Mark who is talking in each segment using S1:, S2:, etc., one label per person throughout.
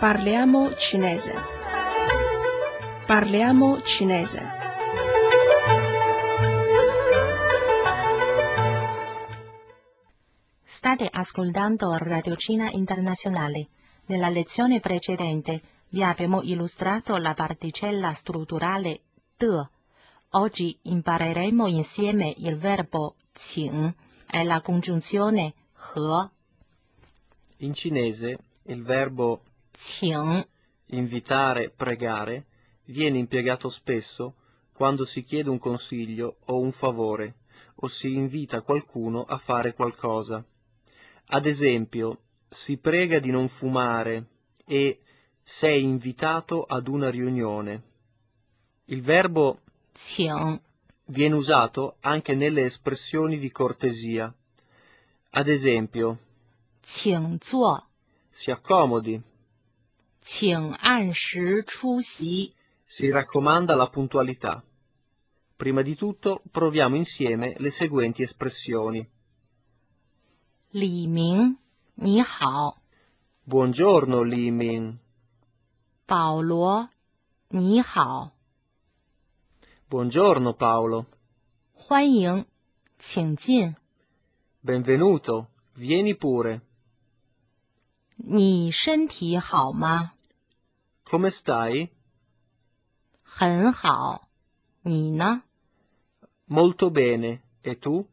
S1: Parliamo cinese. Parliamo cinese.
S2: State ascoltando Radio Cina Internazionale. Nella lezione precedente vi abbiamo illustrato la particella strutturale de. Oggi impareremo insieme il verbo qing e la congiunzione he.
S3: In cinese il verbo
S2: Qing
S3: invitare, pregare viene impiegato spesso quando si chiede un consiglio o un favore o si invita qualcuno a fare qualcosa. Ad esempio, si prega di non fumare e sei invitato ad una riunione. Il verbo
S2: qing
S3: viene usato anche nelle espressioni di cortesia. Ad esempio,
S2: qing zuo,
S3: si accomodi,
S2: qing an shi chu xi.
S3: si raccomanda la puntualità. Prima di tutto proviamo insieme le seguenti espressioni.
S2: Li Ming, ni hao.
S3: Buongiorno Li Min,
S2: Bao Luo, ni hao.
S3: buongiorno Paolo,
S2: 欢迎，请进。
S3: benvenuto, vieni pure.
S2: 你身体好吗？
S3: Come stai?
S2: 很好。你呢？
S3: Molto bene. E tu?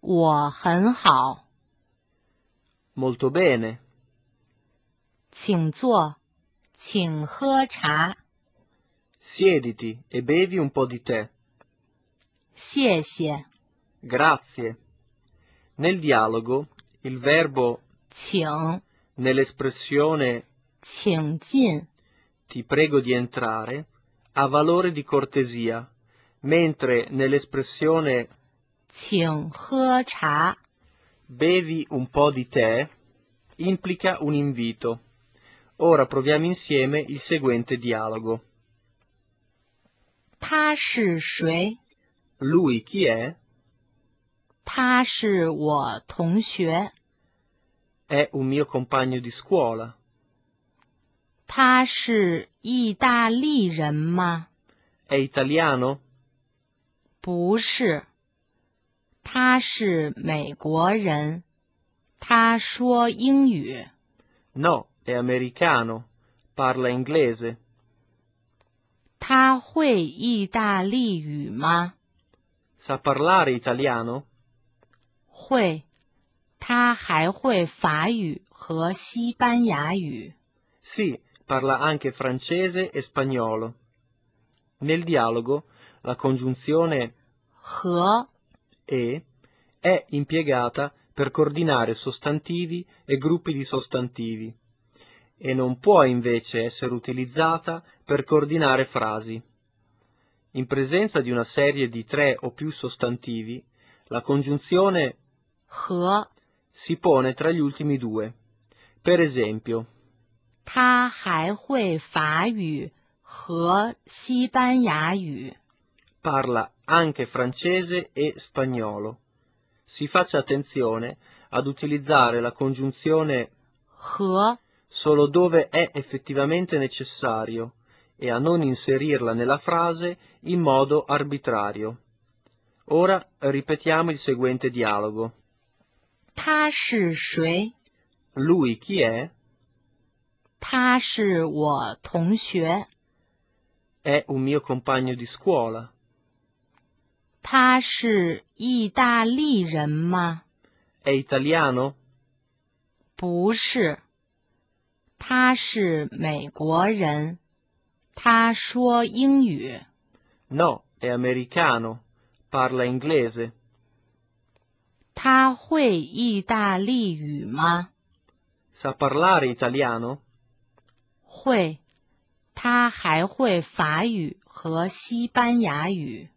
S2: 我很好。
S3: Molto bene.
S2: 请坐，请喝茶。
S3: Siediti e bevi un po' di tè.
S2: 谢谢。
S3: Grazie. Nel dialogo, il verbo
S2: 请，
S3: nell'espressione
S2: 请进。
S3: ti prego di entrare ha valore di cortesia, mentre nell'espressione
S2: 请喝茶。
S3: bevi un po' di tè implica un invito. Ora proviamo insieme il seguente dialogo.
S2: 他是谁？
S3: Lui chi è?
S2: 他是我同学。
S3: È un mio compagno di scuola.
S2: 他是意大利人吗？
S3: È italiano?
S2: 不是，他是美国人，他说英语。
S3: No, è americano. Parla inglese.
S2: 他会意大利语吗？
S3: Sa parlare italiano?
S2: 会。他还会法语和西班牙语。
S3: Sì, parla anche francese e spagnolo. Nel dialogo, la congiunzione
S2: 和
S3: e è impiegata per coordinare sostantivi e gruppi di sostantivi e non può invece essere utilizzata per coordinare frasi. In presenza di una serie di tre o più sostantivi, la congiunzione
S2: 和，
S3: si pone tra gli ultimi due. Per esempio,
S2: 他还会法语和西班牙语。
S3: parla anche francese e spagnolo. Si faccia attenzione ad utilizzare la congiunzione
S2: 和
S3: solo dove è effettivamente necessario e a non inserirla nella frase in modo arbitrario. Ora ripetiamo il seguente dialogo.
S2: 他是谁？
S3: Lui chi è?
S2: 他是我同学，
S3: È un mio compagno di scuola.
S2: 他是意大利人吗？
S3: È italiano?
S2: 不是，他是美国人，他说英语。
S3: No, è americano. Parla inglese.
S2: 他会意大利语吗？
S3: Sa parlare italiano?
S2: 会，他还会法语和西班牙语。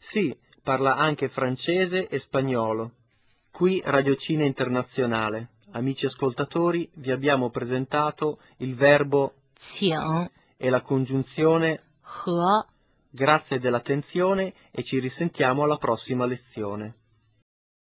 S3: Sì, parla anche francese e spagnolo. Qui Radio Cina Internazionale. Amici ascoltatori, vi abbiamo presentato il verbo
S2: 请
S3: e la congiunzione
S2: 和
S3: grazie dell'attenzione e ci risentiamo alla prossima lezione.